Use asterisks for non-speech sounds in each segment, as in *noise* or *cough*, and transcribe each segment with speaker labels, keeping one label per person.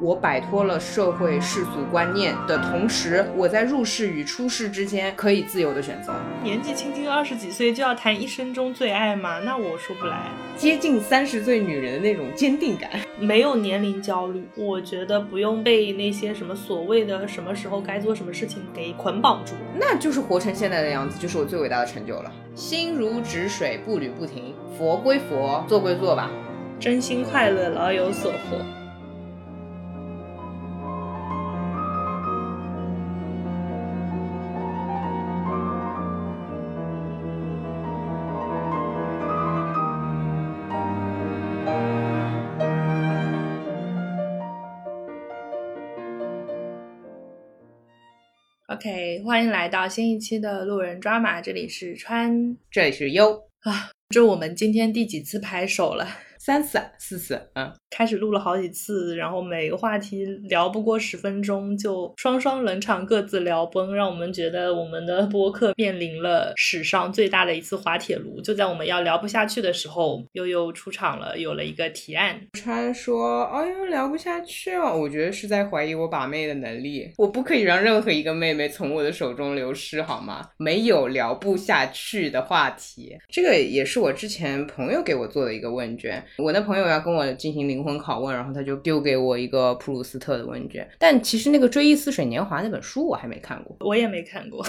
Speaker 1: 我摆脱了社会世俗观念的同时，我在入世与出世之间可以自由的选择。
Speaker 2: 年纪轻轻二十几岁就要谈一生中最爱吗？那我说不来。
Speaker 1: 接近三十岁女人的那种坚定感，
Speaker 2: 没有年龄焦虑，我觉得不用被那些什么所谓的什么时候该做什么事情给捆绑住。
Speaker 1: 那就是活成现在的样子，就是我最伟大的成就了。心如止水，步履不停，佛归佛，做归做吧。
Speaker 2: 真心快乐，老有所获。OK，欢迎来到新一期的路人抓马，这里是川，
Speaker 1: 这里是优
Speaker 2: 这我们今天第几次拍手了？
Speaker 1: 三次啊四次，嗯，
Speaker 2: 开始录了好几次，然后每个话题聊不过十分钟，就双双冷场，各自聊崩，让我们觉得我们的播客面临了史上最大的一次滑铁卢。就在我们要聊不下去的时候，悠悠出场了，有了一个提案。
Speaker 1: 川说：“哎呦，聊不下去了。”我觉得是在怀疑我把妹的能力，我不可以让任何一个妹妹从我的手中流失，好吗？没有聊不下去的话题，这个也是我之前朋友给我做的一个问卷。我那朋友要跟我进行灵魂拷问，然后他就丢给我一个普鲁斯特的问卷，但其实那个《追忆似水年华》那本书我还没看过。
Speaker 2: 我也没看过，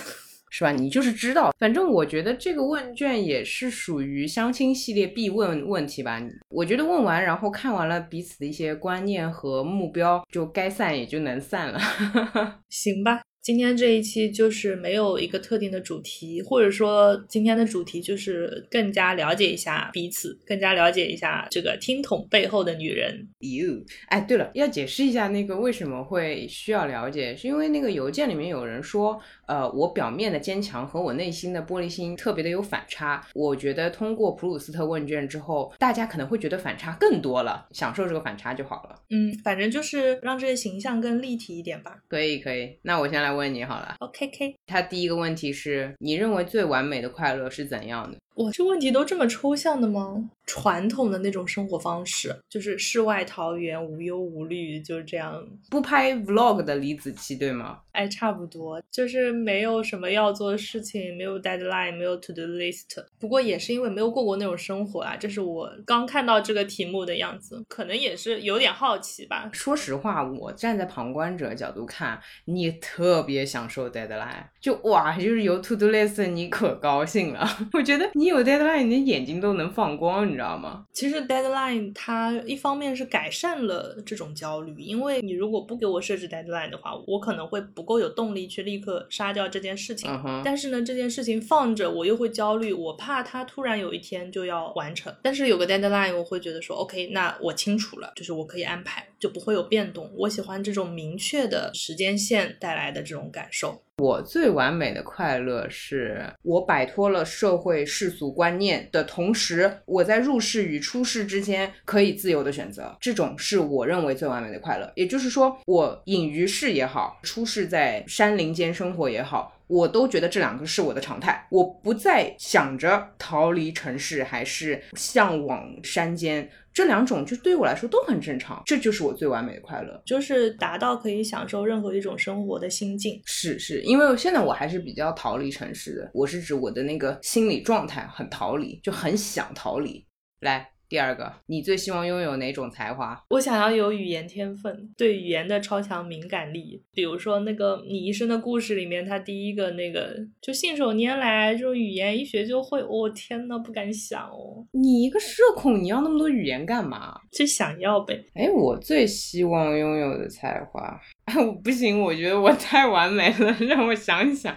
Speaker 1: 是吧？你就是知道，反正我觉得这个问卷也是属于相亲系列必问问题吧。我觉得问完，然后看完了彼此的一些观念和目标，就该散也就能散了。 *laughs*
Speaker 2: 行吧。今天这一期就是没有一个特定的主题，或者说今天的主题就是更加了解一下彼此，更加了解一下这个听筒背后的女人。
Speaker 1: you，哎，对了，要解释一下那个为什么会需要了解，是因为那个邮件里面有人说，呃，我表面的坚强和我内心的玻璃心特别的有反差。我觉得通过普鲁斯特问卷之后，大家可能会觉得反差更多了，享受这个反差就好了。
Speaker 2: 嗯，反正就是让这些形象更立体一点吧。
Speaker 1: 可以，可以。那我先来问你好了，
Speaker 2: OK K，
Speaker 1: 他第一个问题是你认为最完美的快乐是怎样的？
Speaker 2: 哇，这问题都这么抽象的吗？传统的那种生活方式，就是世外桃源、无忧无虑，就是这样。
Speaker 1: 不拍 vlog 的李子柒对吗？
Speaker 2: 哎，差不多，就是没有什么要做的事情，没有 deadline，没有 to do list。不过也是因为没有过过那种生活啊，这是我刚看到这个题目的样子，可能也是有点好奇吧。
Speaker 1: 说实话，我站在旁观者角度看，你特别享受 deadline，就哇，就是有 to do list，你可高兴了。 *laughs* 我觉得你有 deadline，你的眼睛都能放光，你知道吗？
Speaker 2: 其实 deadline 它一方面是改善了这种焦虑，因为你如果不给我设置 deadline 的话，我可能会不够有动力去立刻杀掉这件事情。
Speaker 1: 嗯哼，
Speaker 2: 但是呢，这件事情放着我又会焦虑，我怕它突然有一天就要完成。但是有个 deadline，我会觉得说，OK，那我清楚了，就是我可以安排，就不会有变动。我喜欢这种明确的时间线带来的这种感受。
Speaker 1: 我最完美的快乐是我摆脱了社会世俗观念的同时，我在入世与出世之间可以自由的选择，这种是我认为最完美的快乐。也就是说，我隐于世也好，出世在山林间生活也好。我都觉得这两个是我的常态，我不再想着逃离城市，还是向往山间，这两种就对我来说都很正常，这就是我最完美的快乐。
Speaker 2: 就是达到可以享受任何一种生活的心境。
Speaker 1: 是是，因为现在我还是比较逃离城市的，我是指我的那个心理状态很逃离，就很想逃离。来，第二个，你最希望拥有哪种才华？
Speaker 2: 我想要有语言天分，对语言的超强敏感力。比如说那个《你一生的故事》里面，他第一个那个就信手拈来，这种语言一学就会。我、天呐，不敢想哦，
Speaker 1: 你一个社恐，你要那么多语言干嘛？
Speaker 2: 就想要呗。
Speaker 1: 哎，我最希望拥有的才华，哎，我不行，我觉得我太完美了， *laughs* 让我想想。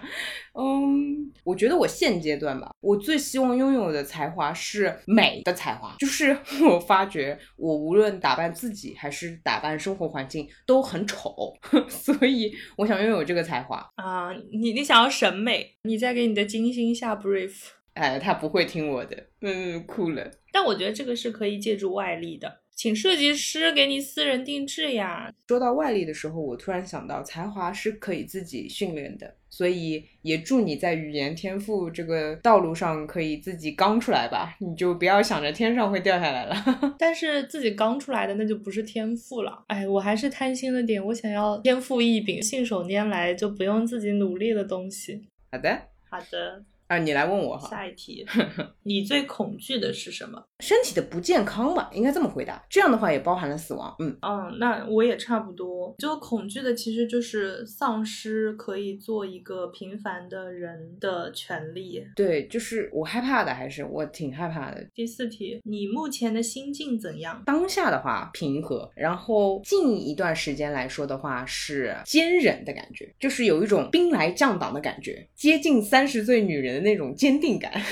Speaker 1: 嗯，我觉得我现阶段吧，我最希望拥有的才华是美的才华，就是 *laughs* 我发觉我无论打扮自己还是打扮生活环境都很丑， *laughs* 所以我想拥有这个才华。
Speaker 2: 啊，你你想要审美，你再给你的金星下 brief。
Speaker 1: 哎，他不会听我的，嗯，哭了。
Speaker 2: 但我觉得这个是可以借助外力的，请设计师给你私人定制呀。
Speaker 1: 说到外力的时候，我突然想到，才华是可以自己训练的，所以也祝你在语言天赋这个道路上可以自己刚出来吧，你就不要想着天上会掉下来了。 *laughs*
Speaker 2: 但是自己刚出来的那就不是天赋了。哎，我还是贪心了点，我想要天赋异禀、信手拈来就不用自己努力的东西。
Speaker 1: 好的，
Speaker 2: 好的，
Speaker 1: 啊，你来问我哈，
Speaker 2: 下一 *laughs* 题，你最恐惧的是什么？
Speaker 1: 身体的不健康吧，应该这么回答，这样的话也包含了死亡。嗯，
Speaker 2: 嗯，那我也差不多。就恐惧的其实就是丧失可以做一个平凡的人的权利。
Speaker 1: 对，就是我害怕的，还是我挺害怕的。
Speaker 2: 第四题，你目前的心境怎样？
Speaker 1: 当下的话平和，然后近一段时间来说的话是坚忍的感觉，就是有一种兵来将挡的感觉，接近三十岁女人的那种坚定感。 *laughs*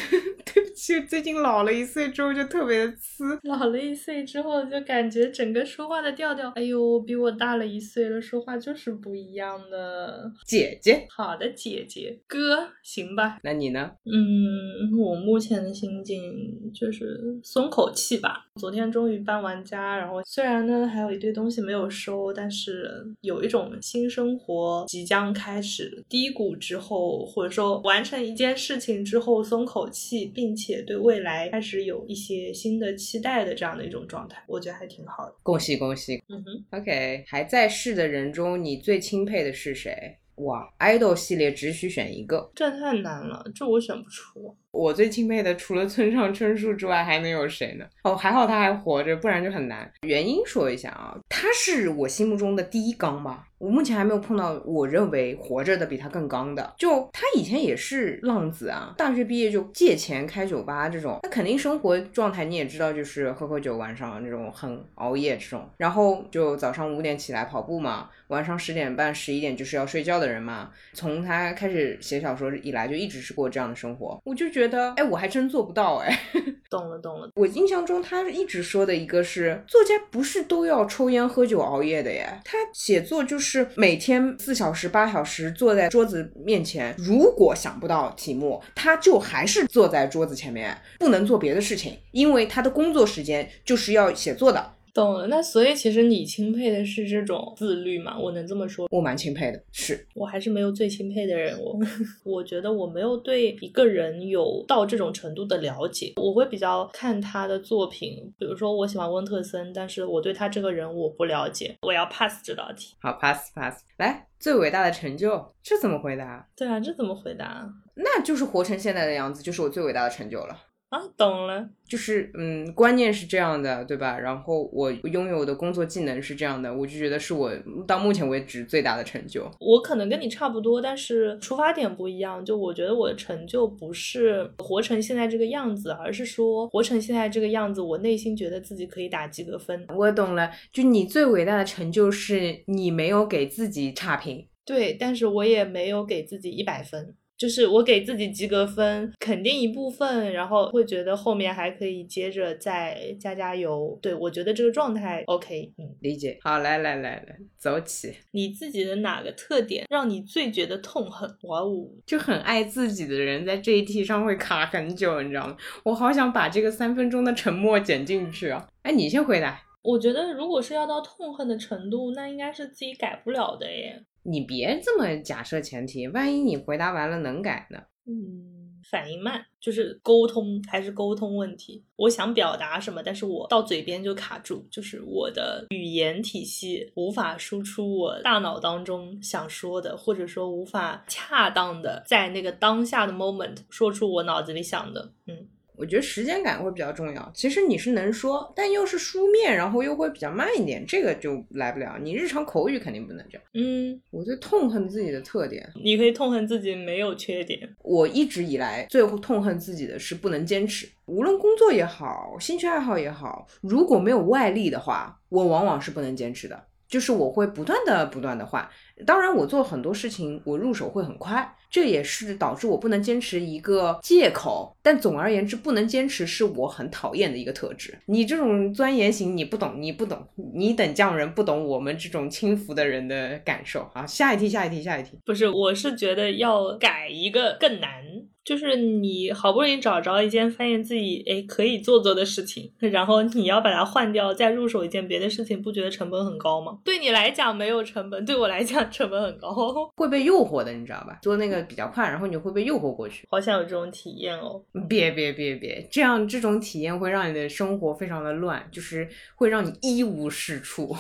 Speaker 1: 对不起，最近老了一岁之后就特别的呲。
Speaker 2: *laughs* 老了一岁之后，就感觉整个说话的调调，哎呦，比我大了一岁了，说话就是不一样的。
Speaker 1: 姐姐，
Speaker 2: 好的，姐姐，哥，行吧。
Speaker 1: 那你呢？
Speaker 2: 嗯，我目前的心境就是松口气吧。昨天终于搬完家，然后虽然呢还有一堆东西没有收，但是有一种新生活即将开始，低谷之后，或者说完成一件事情之后松口气，并且对未来开始有一些新的期待的这样的一种状态，我觉得还挺好的。
Speaker 1: 恭喜恭喜
Speaker 2: 嗯哼，
Speaker 1: ！OK，还在世的人中，你最钦佩的是谁？哇，idol 系列只许选一个。
Speaker 2: 这太难了，这我选不出。
Speaker 1: 我最钦佩的除了村上春树之外，还能有谁呢？哦，还好他还活着，不然就很难。原因说一下啊，他是我心目中的第一刚吧。我目前还没有碰到我认为活着的比他更刚的。就他以前也是浪子啊，大学毕业就借钱开酒吧这种，那肯定生活状态你也知道，就是喝喝酒，晚上那种很熬夜这种，然后就早上五点起来跑步嘛，晚上十点半、十一点就是要睡觉的人嘛。从他开始写小说以来，就一直是过这样的生活。我就觉得，哎，我还真做不到哎。 *laughs*
Speaker 2: 懂了，懂了。
Speaker 1: 我印象中，他一直说的一个是，作家不是都要抽烟、喝酒、熬夜的耶。他写作就是每天四小时、八小时坐在桌子面前，如果想不到题目，他就还是坐在桌子前面，不能做别的事情，因为他的工作时间就是要写作的。
Speaker 2: 懂了，那所以其实你钦佩的是这种自律嘛？我能这么说，
Speaker 1: 我蛮钦佩的，是
Speaker 2: 我还是没有最钦佩的人。我 *laughs* 我觉得我没有对一个人有到这种程度的了解，我会比较看他的作品。比如说，我喜欢温特森，但是我对他这个人我不了解，我要 pass 这道题。
Speaker 1: 好 pass pass。来，最伟大的成就，这怎么回答？
Speaker 2: 对啊，这怎么回答啊？
Speaker 1: 那就是活成现在的样子，就是我最伟大的成就了。
Speaker 2: 啊，懂了，
Speaker 1: 就是嗯，观念是这样的，对吧？然后我拥有的工作技能是这样的，我就觉得是我到目前为止最大的成就。
Speaker 2: 我可能跟你差不多，但是出发点不一样。就我觉得我的成就不是活成现在这个样子，而是说活成现在这个样子，我内心觉得自己可以打及格分。
Speaker 1: 我懂了，就你最伟大的成就是你没有给自己差评。
Speaker 2: 对，但是我也没有给自己一百分，就是我给自己及格分，肯定一部分，然后会觉得后面还可以接着再加加油。对我觉得这个状态 OK，嗯，
Speaker 1: 理解。好，来来来来，走起！
Speaker 2: 你自己的哪个特点让你最觉得痛恨？哇哦，
Speaker 1: 就很爱自己的人，在这一题上会卡很久，你知道吗？我好想把这个三分钟的沉默剪进去啊！哎，你先回答。
Speaker 2: 我觉得如果是要到痛恨的程度，那应该是自己改不了的耶。
Speaker 1: 你别这么假设前提，万一你回答完了能改呢？
Speaker 2: 嗯，反应慢，就是沟通还是沟通问题。我想表达什么，但是我到嘴边就卡住，就是我的语言体系无法输出我大脑当中想说的，或者说无法恰当的在那个当下的 moment 说出我脑子里想的。嗯，
Speaker 1: 我觉得时间感会比较重要。其实你是能说，但又是书面，然后又会比较慢一点，这个就来不了。你日常口语肯定不能这样。
Speaker 2: 嗯，
Speaker 1: 我最痛恨自己的特点，
Speaker 2: 你可以痛恨自己没有缺点。
Speaker 1: 我一直以来最痛恨自己的是不能坚持，无论工作也好，兴趣爱好也好，如果没有外力的话，我往往是不能坚持的。就是我会不断的不断的换，当然我做很多事情我入手会很快，这也是导致我不能坚持一个借口。但总而言之，不能坚持是我很讨厌的一个特质。你这种钻研型，你不懂，你不懂，你等匠人不懂我们这种轻浮的人的感受。好，下一题，下一题，下一题。
Speaker 2: 不是，我是觉得要改一个更难，就是你好不容易找着一件发现自己哎可以做做的事情，然后你要把它换掉，再入手一件别的事情，不觉得成本很高吗？对你来讲没有成本，对我来讲成本很高。 *laughs*
Speaker 1: 会被诱惑的，你知道吧？做那个比较快，然后你会被诱惑过去。
Speaker 2: 好想有这种体验哦。
Speaker 1: 别别别别，这样这种体验会让你的生活非常的乱，就是会让你一无是处。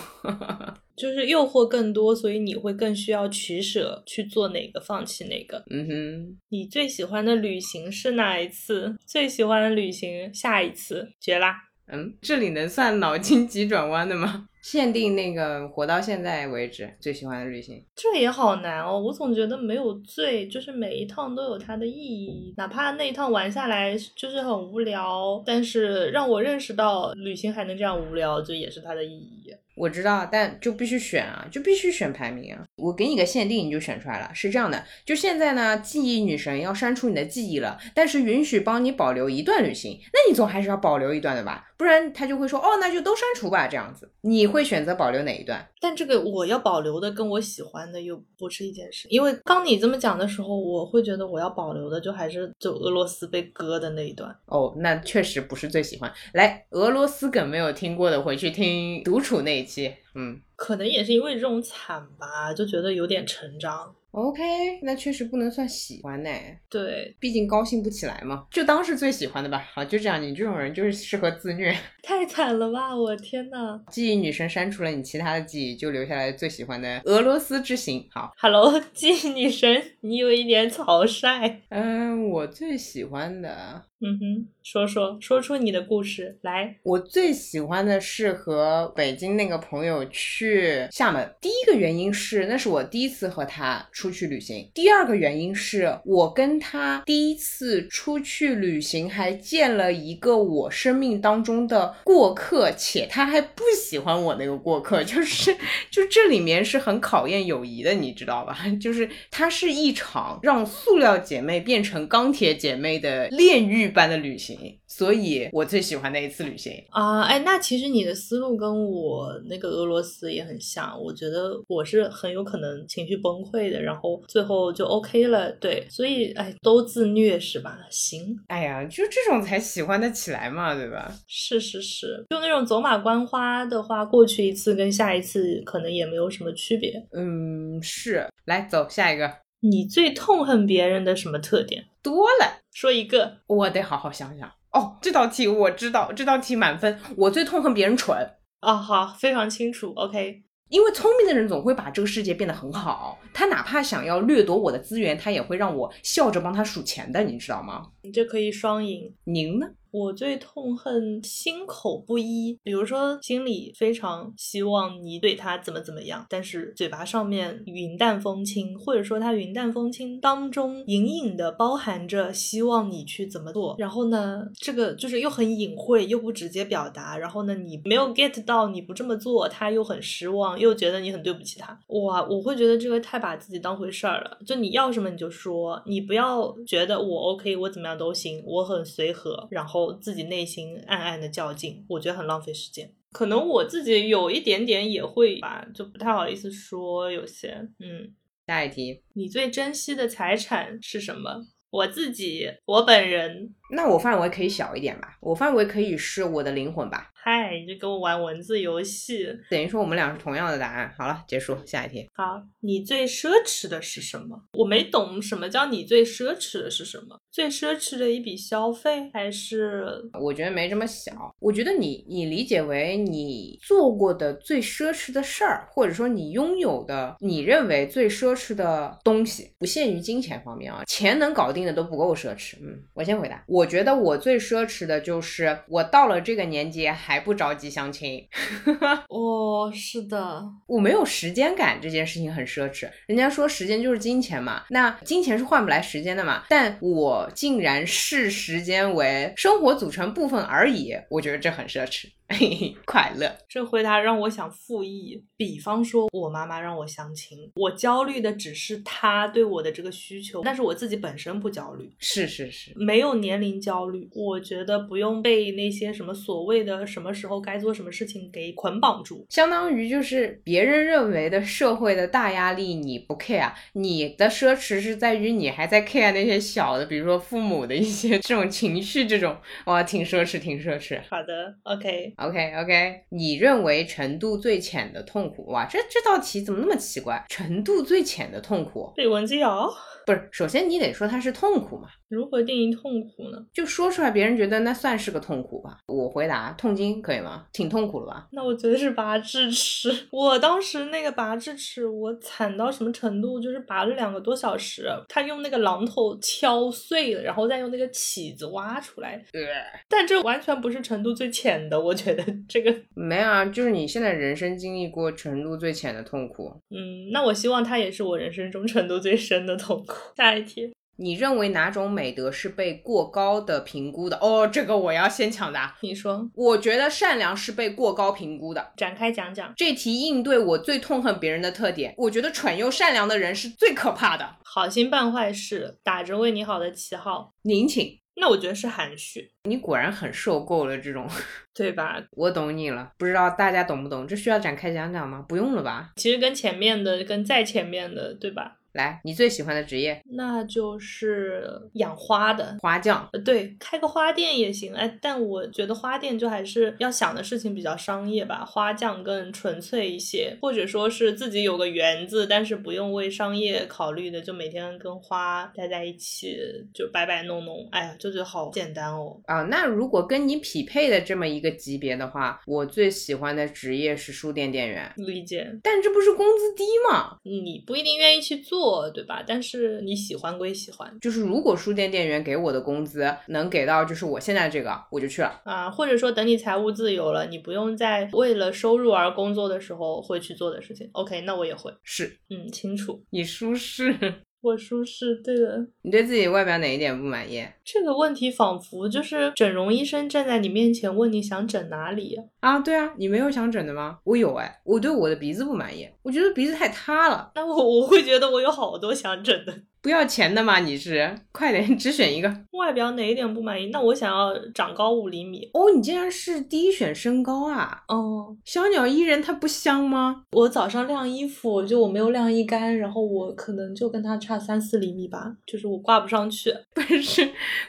Speaker 2: 就是诱惑更多，所以你会更需要取舍，去做哪个，放弃哪个。
Speaker 1: 嗯哼，
Speaker 2: 你最喜欢的旅行是哪一次？最喜欢的旅行下一次，绝啦！
Speaker 1: 嗯，这里能算脑筋急转弯的吗？ *laughs* 限定那个活到现在为止最喜欢的旅行，
Speaker 2: 这也好难哦，我总觉得没有最，就是每一趟都有它的意义，哪怕那一趟玩下来就是很无聊，但是让我认识到旅行还能这样无聊，这也是它的意义。
Speaker 1: 我知道，但就必须选啊，就必须选排名啊。我给你个限定，你就选出来了。是这样的，就现在呢，记忆女神要删除你的记忆了，但是允许帮你保留一段旅行，那你总还是要保留一段的吧？不然他就会说，哦，那就都删除吧，这样子。你会选择保留哪一段？
Speaker 2: 但这个我要保留的跟我喜欢的又不是一件事，因为当你这么讲的时候，我会觉得我要保留的就还是就俄罗斯被割的那一段。
Speaker 1: 哦，那确实不是最喜欢。来，俄罗斯梗没有听过的，回去听独处那一期。嗯
Speaker 2: 可能也是因为这种惨吧，就觉得有点成长。
Speaker 1: ，OK，那确实不能算喜欢呢，
Speaker 2: 对，
Speaker 1: 毕竟高兴不起来嘛，就当是最喜欢的吧。好，就这样，你这种人就是适合自虐。
Speaker 2: 太惨了吧！我天呐
Speaker 1: 记忆女神删除了你其他的记忆，就留下来最喜欢的俄罗斯之行。好，
Speaker 2: *laughs* ，Hello，记女神，你有一点草率。
Speaker 1: 嗯，我最喜欢的，
Speaker 2: 嗯哼，说说说出你的故事来。
Speaker 1: 我最喜欢的是和北京那个朋友去厦门。第一个原因是那是我第一次和他出去旅行，第二个原因是我跟他第一次出去旅行，还见了一个我生命当中的过客，且他还不喜欢我那个过客，就是就这里面是很考验友谊的，你知道吧？ *laughs* 就是它是一场让塑料姐妹变成钢铁姐妹的炼狱般的旅行，所以我最喜欢的一次旅行。
Speaker 2: 啊，哎，那其实你的思路跟我那个俄罗斯也很像。我觉得我是很有可能情绪崩溃的，然后最后就 OK 了。对，所以哎，都自虐是吧？行，
Speaker 1: 哎呀，就这种才喜欢得起来嘛，对吧？
Speaker 2: 是是是，就那种走马观花的话，过去一次跟下一次可能也没有什么区别。
Speaker 1: 嗯，是。来，走下一个，
Speaker 2: 你最痛恨别人的什么特点？
Speaker 1: 多了。
Speaker 2: 说一个。
Speaker 1: 我得好好想想。哦，这道题我知道，这道题满分。我最痛恨别人蠢，
Speaker 2: 啊、好，非常清楚。OK，
Speaker 1: 因为聪明的人总会把这个世界变得很好。他哪怕想要掠夺我的资源，他也会让我笑着帮他数钱的，你知道吗？
Speaker 2: 你这可以双赢。
Speaker 1: 您呢？
Speaker 2: 我最痛恨心口不一，比如说心里非常希望你对他怎么怎么样，但是嘴巴上面云淡风轻，或者说他云淡风轻当中隐隐的包含着希望你去怎么做，然后呢，这个就是又很隐晦又不直接表达，然后呢，你没有 get 到你不这么做，他又很失望，又觉得你很对不起他，哇，我会觉得这个太把自己当回事儿了，就你要什么你就说，你不要觉得我 OK，我怎么样都行，我很随和，然后自己内心暗暗的较劲，我觉得很浪费时间。可能我自己有一点点也会吧，就不太好意思说有些，嗯，
Speaker 1: 下一题。
Speaker 2: 你最珍惜的财产是什么？我自己，我本人。
Speaker 1: 那我范围可以小一点吧，我范围可以是我的灵魂吧，
Speaker 2: 嗨，你就跟我玩文字游戏。
Speaker 1: 等于说我们俩是同样的答案。好了，结束，下一题。
Speaker 2: 好，你最奢侈的是什么？我没懂什么叫你最奢侈的是什么？最奢侈的一笔消费还是
Speaker 1: 我觉得没这么小，我觉得你你理解为你做过的最奢侈的事儿，或者说你拥有的你认为最奢侈的东西，不限于金钱方面啊，钱能搞定的都不够奢侈。嗯，我先回答，我觉得我最奢侈的就是我到了这个年纪还不着急相亲，
Speaker 2: 哦，是的，
Speaker 1: 我没有时间感这件事情很奢侈。人家说时间就是金钱嘛，那金钱是换不来时间的嘛。但我竟然视时间为生活组成部分而已，我觉得这很奢侈。 *laughs* 快乐。
Speaker 2: 这回答让我想复议。比方说，我妈妈让我相亲，我焦虑的只是她对我的这个需求，但是我自己本身不焦虑，
Speaker 1: 是是是，
Speaker 2: 没有年龄焦虑。我觉得不用被那些什么所谓的什么时候该做什么事情给捆绑住。
Speaker 1: 相当于就是别人认为的社会的大压力，你不 care，你的奢侈是在于你还在 care 那些小的，比如说父母的一些 *laughs* 这种情绪，这种哇，挺奢侈，挺奢侈。
Speaker 2: 好的，OK，
Speaker 1: OK OK，你认为程度最浅的痛苦？哇，这这道题怎么那么奇怪？程度最浅的痛苦，
Speaker 2: 对文姬瑶，
Speaker 1: 不是，首先你得说它是痛苦嘛，
Speaker 2: 如何定义痛苦呢？
Speaker 1: 就说出来，别人觉得那算是个痛苦吧。我回答痛经可以吗？挺痛苦了吧？
Speaker 2: 那我觉得是拔智齿。 *laughs* 我当时那个拔智齿，我惨到什么程度？就是拔了两个多小时，他用那个榔头敲碎了，然后再用那个起子挖出来。
Speaker 1: 呃，
Speaker 2: 但这完全不是程度最浅的，我觉得这个，
Speaker 1: 没有啊，就是你现在人生经历过程度最浅的痛苦。
Speaker 2: 嗯，那我希望它也是我人生中程度最深的痛苦。下一题，
Speaker 1: 你认为哪种美德是被过高的评估的？哦，这个我要先抢答。
Speaker 2: 你说，
Speaker 1: 我觉得善良是被过高评估的。
Speaker 2: 展开讲讲。
Speaker 1: 这题应对我最痛恨别人的特点，我觉得蠢又善良的人是最可怕的。
Speaker 2: 好心办坏事，打着为你好的旗号，
Speaker 1: 您请，
Speaker 2: 那我觉得是含蓄，
Speaker 1: 你果然很受够了这种。
Speaker 2: 对吧？
Speaker 1: 我懂你了，不知道大家懂不懂？这需要展开讲讲吗？不用了吧？
Speaker 2: 其实跟前面的跟再前面的，对吧？
Speaker 1: 来，你最喜欢的职业，
Speaker 2: 那就是养花的。
Speaker 1: 花匠。
Speaker 2: 呃，对，开个花店也行，哎，但我觉得花店就还是要想的事情比较商业吧，花匠更纯粹一些，或者说是自己有个园子，但是不用为商业考虑的，就每天跟花待在一起，就摆摆弄弄，哎呀，就觉得好简单哦。
Speaker 1: 啊，那如果跟你匹配的这么一个级别的话，我最喜欢的职业是书店店员，
Speaker 2: 理解，
Speaker 1: 但这不是工资低吗？
Speaker 2: 你不一定愿意去做，对吧？但是你喜欢归喜欢
Speaker 1: 就是如果书店店员给我的工资能给到就是我现在这个，我就去了。
Speaker 2: 啊，或者说等你财务自由了，你不用再为了收入而工作的时候会去做的事情。OK，那我也会，
Speaker 1: 是
Speaker 2: 嗯，清楚，
Speaker 1: 你舒适，
Speaker 2: 我舒适，对的。
Speaker 1: *laughs* 你对自己外表哪一点不满意
Speaker 2: 这个问题仿佛就是整容医生站在你面前问你想整哪里，
Speaker 1: 啊？对啊，你没有想整的吗？我有哎，我对我的鼻子不满意，我觉得鼻子太塌了。
Speaker 2: 那我我会觉得我有好多想整的。
Speaker 1: 不要钱的吗？你是快点只选一个
Speaker 2: 外表哪一点不满意？那我想要长高五厘米。
Speaker 1: 哦，你竟然是第一选身高啊！
Speaker 2: 哦，
Speaker 1: 小鸟依人，它不香吗？
Speaker 2: 我早上晾衣服，就我没有晾一干，然后我可能就跟他差三四厘米吧，就是我挂不上去。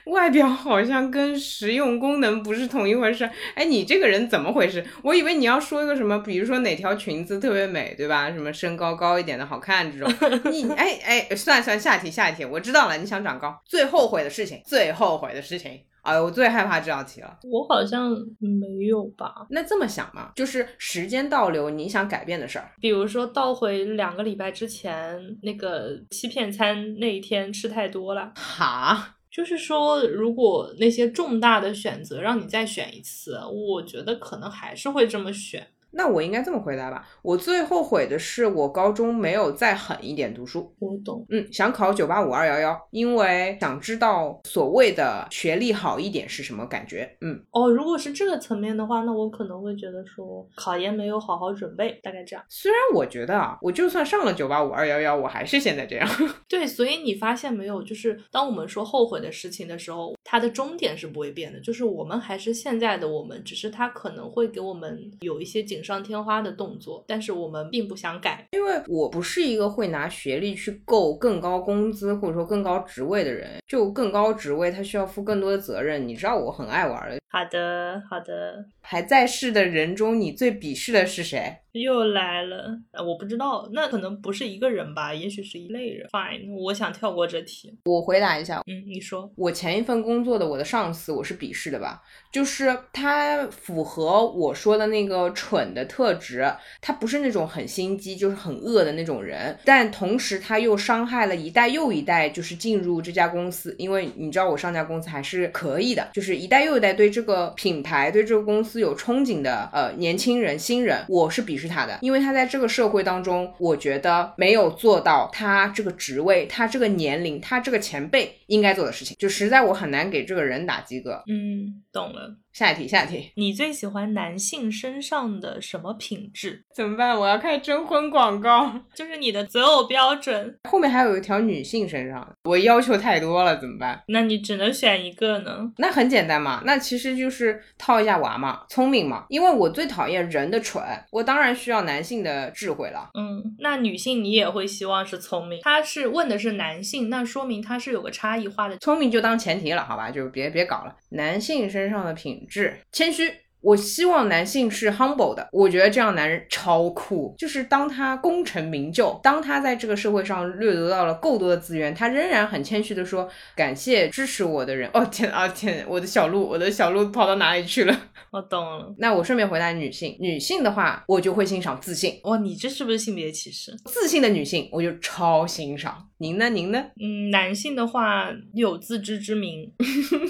Speaker 1: 外表好像跟实用功能不是同一回事。哎，你这个人怎么回事？我以为你要说一个什么，比如说哪条裙子特别美，对吧？什么身高高一点的好看这种。你哎哎，算算下一题下一题，我知道了，你想长高。最后悔的事情，最后悔的事情。哎呦，我最害怕这道题了。
Speaker 2: 我好像没有吧，
Speaker 1: 那这么想嘛，就是时间倒流，你想改变的事儿。
Speaker 2: 比如说倒回两个礼拜之前那个欺骗餐那一天吃太多了。
Speaker 1: 哈，
Speaker 2: 就是说，如果那些重大的选择让你再选一次，我觉得可能还是会这么选。
Speaker 1: 那我应该这么回答吧？我最后悔的是我高中没有再狠一点读书。
Speaker 2: 我懂，
Speaker 1: 嗯，想考九八五二幺幺，因为想知道所谓的学历好一点是什么感觉。嗯，
Speaker 2: 哦，如果是这个层面的话，那我可能会觉得说考研没有好好准备，大概这样。
Speaker 1: 虽然我觉得啊，我就算上了九八五二幺幺，我还是现在这样。 *laughs*
Speaker 2: 对，所以你发现没有，就是当我们说后悔的事情的时候，它的终点是不会变的，就是我们还是现在的我们，只是它可能会给我们有一些锦上添花的动作，但是我们并不想改。
Speaker 1: 因为我不是一个会拿学历去够更高工资或者说更高职位的人，就更高职位他需要负更多的责任。你知道我很爱玩的。
Speaker 2: 好的，好的，
Speaker 1: 还在世的人中，你最鄙视的是谁？
Speaker 2: 又来了，啊我不知道，那可能不是一个人吧，也许是一类人。Fine，我想跳过这题。
Speaker 1: 我回答一下，
Speaker 2: 嗯，你说，
Speaker 1: 我前一份工作的我的上司，我是鄙视的吧，就是他符合我说的那个蠢的特质，他不是那种很心机，就是很恶的那种人，但同时他又伤害了一代又一代，就是进入这家公司，因为你知道我上家公司还是可以的，就是一代又一代对这个品牌、对这个公司有憧憬的呃年轻人、新人，我是鄙视他的，因为他在这个社会当中，我觉得没有做到他这个职位、他这个年龄、他这个前辈应该做的事情，就实在我很难给这个人打及格。
Speaker 2: 嗯，懂了。
Speaker 1: 下一题，下一题，
Speaker 2: 你最喜欢男性身上的什么品质？
Speaker 1: 怎么办？我要开征婚广告。
Speaker 2: 就是你的择偶标准，
Speaker 1: 后面还有一条女性身上，我要求太多了，怎么办？
Speaker 2: 那你只能选一个呢？
Speaker 1: 那很简单嘛，那其实就是套一下娃嘛，聪明嘛。因为我最讨厌人的蠢，我当然需要男性的智慧了。
Speaker 2: 嗯，那女性你也会希望是聪明。他是问的是男性，那说明他是有个差异化的。
Speaker 1: 聪明就当前提了，好吧，就别别搞了。男性身上的品质，谦虚。我希望男性是 humble 的，我觉得这样男人超酷。就是当他功成名就，当他在这个社会上掠夺到了够多的资源，他仍然很谦虚的说：“感谢支持我的人。”哦天啊天，我的小鹿，我的小鹿跑到哪里去了？ *laughs*
Speaker 2: 我懂了。
Speaker 1: 那我顺便回答女性，女性的话，我就会欣赏自信，
Speaker 2: 哇，你这是不是性别歧视？
Speaker 1: 自信的女性我就超欣赏。您呢？您呢？ *laughs*
Speaker 2: 嗯，男性的话有自知之明， *laughs*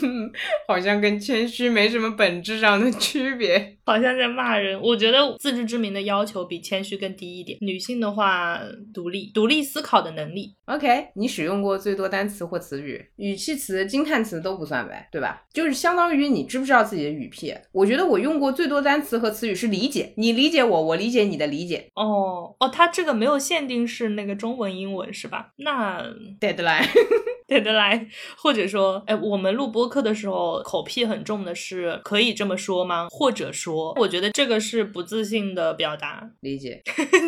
Speaker 1: 好像跟谦虚没什么本质上的区别。
Speaker 2: 好像在骂人。我觉得自知之明的要求比谦虚更低一点。女性的话，独立、独立思考的能力，
Speaker 1: OK，你使用过最多单词或词语，语气词、惊叹词都不算呗，对吧？就是相当于你知不知道自己的语癖。我觉得我用过最多单词和词语是理解，你理解我，我理解你的理解。
Speaker 2: 哦哦，它这个没有限定是那个中文、英文是吧？那
Speaker 1: Deadline， *laughs*
Speaker 2: *laughs* 对得来，或者说，哎，我们录播客的时候口癖很重的是可以这么说吗？或者说，我觉得这个是不自信的表达。 *laughs*
Speaker 1: 理解。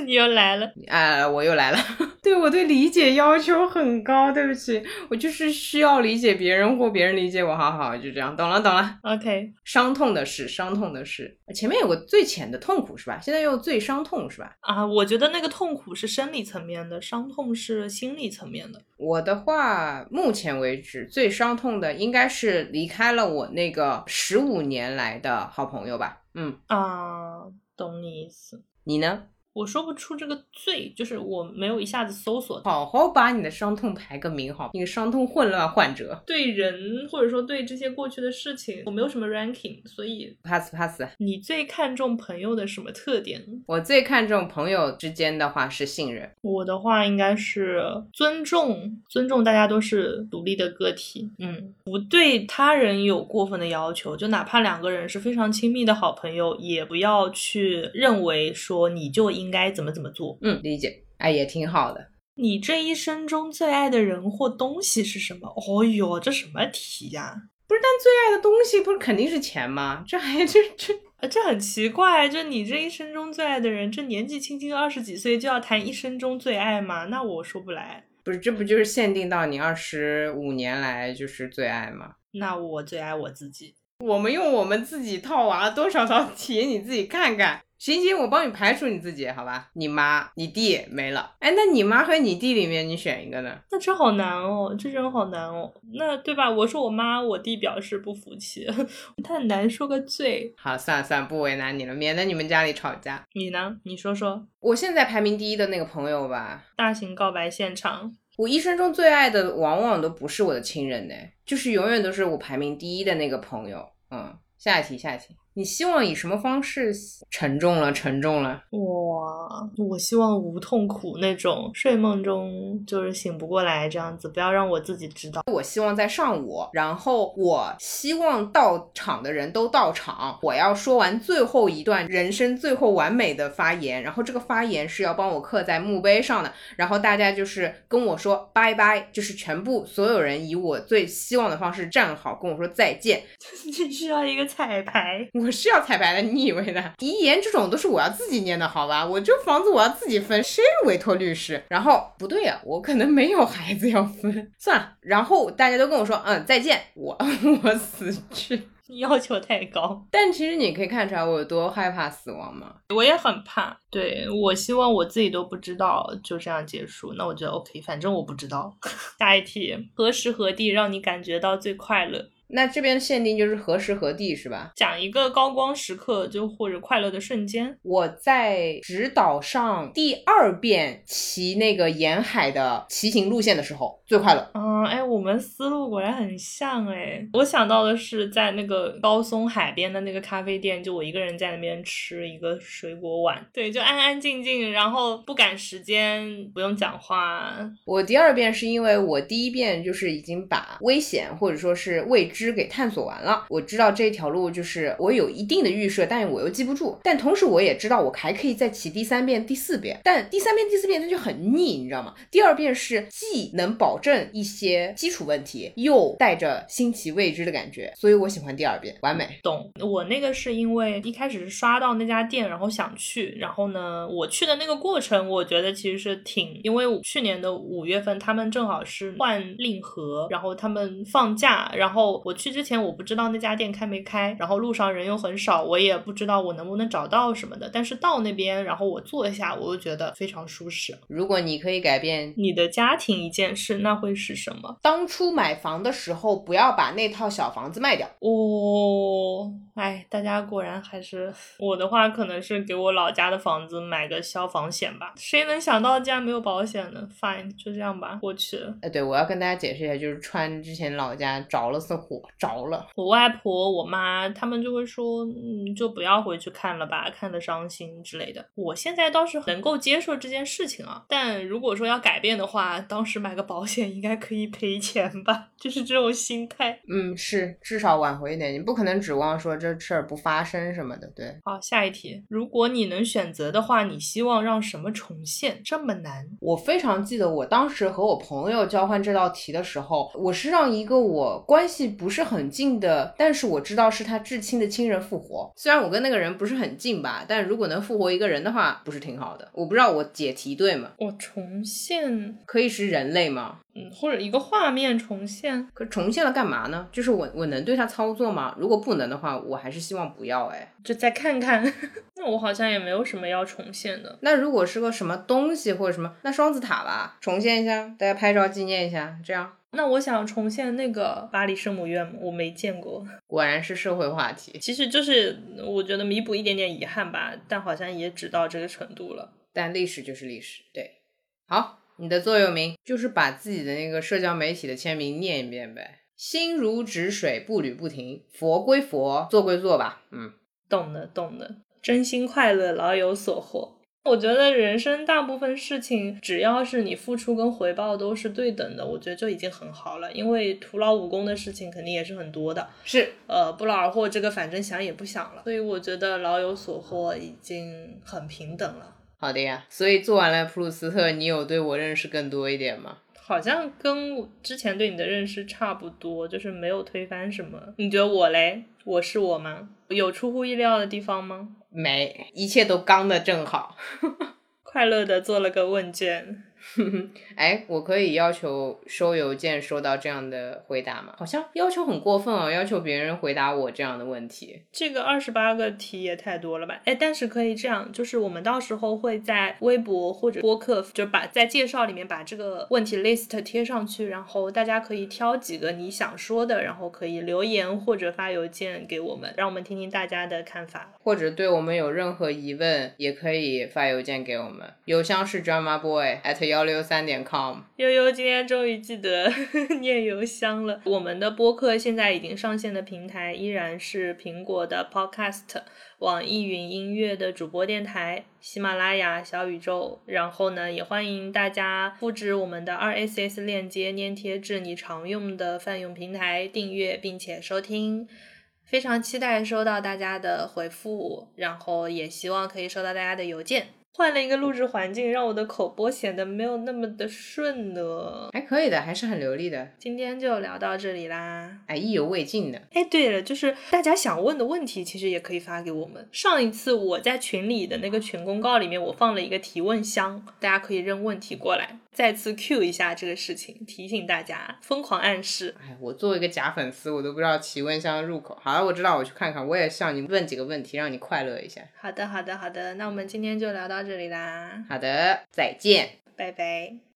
Speaker 2: 你又来了，
Speaker 1: 啊、我又来了。 *laughs* 对我对理解要求很高，对不起，我就是需要理解别人或别人理解我。好好，就这样，懂了，懂了。
Speaker 2: OK，
Speaker 1: 伤痛的事，伤痛的事。前面有个最浅的痛苦是吧？现在又最伤痛是吧？
Speaker 2: 啊，我觉得那个痛苦是生理层面的，伤痛是心理层面的。
Speaker 1: 我的话，目前为止最伤痛的应该是离开了我那个十五年来的好朋友吧。嗯，
Speaker 2: 啊，懂你意思。
Speaker 1: 你呢？
Speaker 2: 我说不出这个最，就是我没有一下子搜索到
Speaker 1: 好好把你的伤痛排个名好，你个伤痛混乱患者
Speaker 2: 对人或者说对这些过去的事情，我没有什么 ranking，所以
Speaker 1: ，pass pass。
Speaker 2: 你最看重朋友的什么特点？
Speaker 1: 我最看重朋友之间的话是信任，
Speaker 2: 我的话应该是尊重，尊重大家都是独立的个体，嗯，不对他人有过分的要求，就哪怕两个人是非常亲密的好朋友，也不要去认为说你就应该怎么怎么做。
Speaker 1: 嗯，理解，哎，也挺好的。
Speaker 2: 你这一生中最爱的人或东西是什么？哦哟，这什么题呀、
Speaker 1: 不是，但最爱的东西不是肯定是钱吗？这还 *laughs* 这这，
Speaker 2: 呃，这很奇怪，这你这一生中最爱的人，这年纪轻轻二十几岁就要谈一生中最爱吗？那我说不来。
Speaker 1: 不是这不就是限定到你二十五年来就是最爱吗？
Speaker 2: 那我最爱我自己。
Speaker 1: 我们用我们自己套娃多少道题，你自己看看。行行，我帮你排除你自己，好吧？你妈、你弟没了，哎，那你妈和你弟里面你选一个呢？
Speaker 2: 那这好难哦，这真好难哦。那对吧？我说我妈，我弟表示不服气， *laughs* 他很难说个最。
Speaker 1: 好，算了算了，不为难你了，免得你们家里吵架。
Speaker 2: 你呢？你说说，
Speaker 1: 我现在排名第一的那个朋友吧，
Speaker 2: 大型告白现场，
Speaker 1: 我一生中最爱的往往都不是我的亲人呢，就是永远都是我排名第一的那个朋友。嗯，下一题，下一题，你希望以什么方式？沉重了，沉重了。
Speaker 2: 哇，我希望无痛苦那种，睡梦中就是醒不过来这样子，不要让我自己知道。 *laughs*
Speaker 1: 我希望在上午，然后我希望到场的人都到场，我要说完最后一段人生最后完美的发言，然后这个发言是要帮我刻在墓碑上的，然后大家就是跟我说拜拜，就是全部所有人以我最希望的方式站好，跟我说再见。
Speaker 2: 这需要一个彩排。
Speaker 1: 我是要彩排的，你以为呢？遗言这种都是我要自己念的，好吧？我这房子我要自己分，谁委托律师？然后不对呀、我可能没有孩子要分，算了。然后大家都跟我说，嗯，再见，我 *laughs* 我死去。
Speaker 2: 要求太高，
Speaker 1: 但其实你可以看出来我有多害怕死亡吗？
Speaker 2: 我也很怕。对我希望我自己都不知道，就这样结束。那我觉得 OK，反正我不知道。 *laughs* 下一题，何时何地让你感觉到最快乐？
Speaker 1: 那这边限定就是何时何地是吧？
Speaker 2: 讲一个高光时刻，就或者快乐的瞬间。
Speaker 1: 我在直岛上第二遍骑那个沿海的骑行路线的时候最快乐。
Speaker 2: 嗯，哎，我们思路果然很像哎。我想到的是在那个高松海边的那个咖啡店，就我一个人在那边吃一个水果碗，对，就安安静静，然后不赶时间，不用讲话。
Speaker 1: 我第二遍是因为我第一遍就是已经把危险或者说是未知给探索完了。我知道这条路就是我有一定的预设，但是我又记不住。但同时我也知道我还可以再骑第三遍、第四遍。但第三遍、第四遍它就很腻，你知道吗？第二遍是既能保证一些基础问题，又带着新奇未知的感觉，所以我喜欢第二遍，完美。
Speaker 2: 懂，我那个是因为一开始是刷到那家店，然后想去，然后呢，我去的那个过程，我觉得其实是挺，因为去年的五月份他们正好是换令和，然后他们放假，然后我去之前我不知道那家店开没开，然后路上人又很少，我也不知道我能不能找到什么的，但是到那边，然后我坐一下，我就觉得非常舒适。
Speaker 1: 如果你可以改变
Speaker 2: 你的家庭一件事，那会是什么？
Speaker 1: 当初买房的时候，不要把那套小房子卖掉。
Speaker 2: 哦，哎，大家果然还是我的话，可能是给我老家的房子买个消防险吧。谁能想到竟然没有保险呢？Fine，就这样吧，过去了。
Speaker 1: 呃，对，我要跟大家解释一下，就是川之前老家着了次火，着了。
Speaker 2: 我外婆、我妈他们就会说，嗯，就不要回去看了吧，看的伤心之类的。我现在倒是能够接受这件事情啊，但如果说要改变的话，当时买个保险应该可以赔钱吧， *laughs* 就是这种心态。
Speaker 1: 嗯，是，至少挽回一点，你不可能指望说这事儿不发生什么的，对。
Speaker 2: 好，下一题，如果你能选择的话，你希望让什么重现？这么难？
Speaker 1: 我非常记得我当时和我朋友交换这道题的时候，我是让一个我关系不是很近的，但是我知道是他至亲的亲人复活。虽然我跟那个人不是很近吧，但如果能复活一个人的话，不是挺好的？我不知道我解题对吗？
Speaker 2: 我重现，
Speaker 1: 可以是人类吗？
Speaker 2: 嗯，或者一个画面重现。
Speaker 1: 可重现了干嘛呢？就是我我能对它操作吗？如果不能的话，我还是希望不要哎。
Speaker 2: 就再看看。 *laughs* 那我好像也没有什么要重现的。
Speaker 1: 那如果是个什么东西或者什么，那双子塔吧，重现一下，大家拍照纪念一下，这样。
Speaker 2: 那我想重现那个巴黎圣母院，我没见过。
Speaker 1: 果然是社会话题，
Speaker 2: 其实就是我觉得弥补一点点遗憾吧，但好像也只到这个程度了。
Speaker 1: 但历史就是历史，对。好，你的座右铭就是把自己的那个社交媒体的签名念一遍呗。心如止水，步履不停，佛归佛，坐归坐吧。嗯，
Speaker 2: 懂的，懂的。真心快乐，老有所获。我觉得人生大部分事情，只要是你付出跟回报都是对等的，我觉得就已经很好了。因为徒劳无功的事情肯定也是很多的，
Speaker 1: 是
Speaker 2: 呃，不劳而获这个反正想也不想了。所以我觉得老有所获已经很平等了。
Speaker 1: 好的呀。所以做完了普鲁斯特，你有对我认识更多一点吗？
Speaker 2: 好像跟我之前对你的认识差不多，就是没有推翻什么。你觉得我嘞？我是我吗？有出乎意料的地方吗？
Speaker 1: 没，一切都刚的正好。
Speaker 2: 快乐的做了个问卷，
Speaker 1: 哎，我可以要求收邮件收到这样的回答吗？好像要求很过分哦，要求别人回答我这样的问题。
Speaker 2: 这个二十八个题也太多了吧？哎，但是可以这样，就是我们到时候会在微博或者播客，就把在介绍里面把这个问题 list 贴上去，然后大家可以挑几个你想说的，然后可以留言或者发邮件给我们，让我们听听大家的看法。
Speaker 1: 或者对我们有任何疑问，也可以发邮件给我们，邮箱是 drama boy at 幺六三点 com。
Speaker 2: 悠悠今天终于记得 *laughs* 念邮箱了。我们的播客现在已经上线的平台依然是苹果的 Podcast、网易云音乐的主播电台、喜马拉雅、小宇宙。然后呢，也欢迎大家复制我们的 RSS 链接粘贴至你常用的泛用平台订阅并且收听。非常期待收到大家的回复，然后也希望可以收到大家的邮件。换了一个录制环境，让我的口播显得没有那么的顺呢。
Speaker 1: 还可以的，还是很流利的，
Speaker 2: 今天就聊到这里啦。
Speaker 1: 哎，意犹未尽的。
Speaker 2: 哎，对了，就是大家想问的问题，其实也可以发给我们。上一次我在群里的那个群公告里面，我放了一个提问箱，大家可以扔问题过来。再次 Q 一下这个事情，提醒大家，疯狂暗示。
Speaker 1: 哎，我作为一个假粉丝，我都不知道提问箱入口。好了，我知道，我去看看。我也向你问几个问题，让你快乐一下。
Speaker 2: 好的，好的，好的，那我们今天就聊到这里啦，
Speaker 1: 好的，再见。
Speaker 2: 拜拜。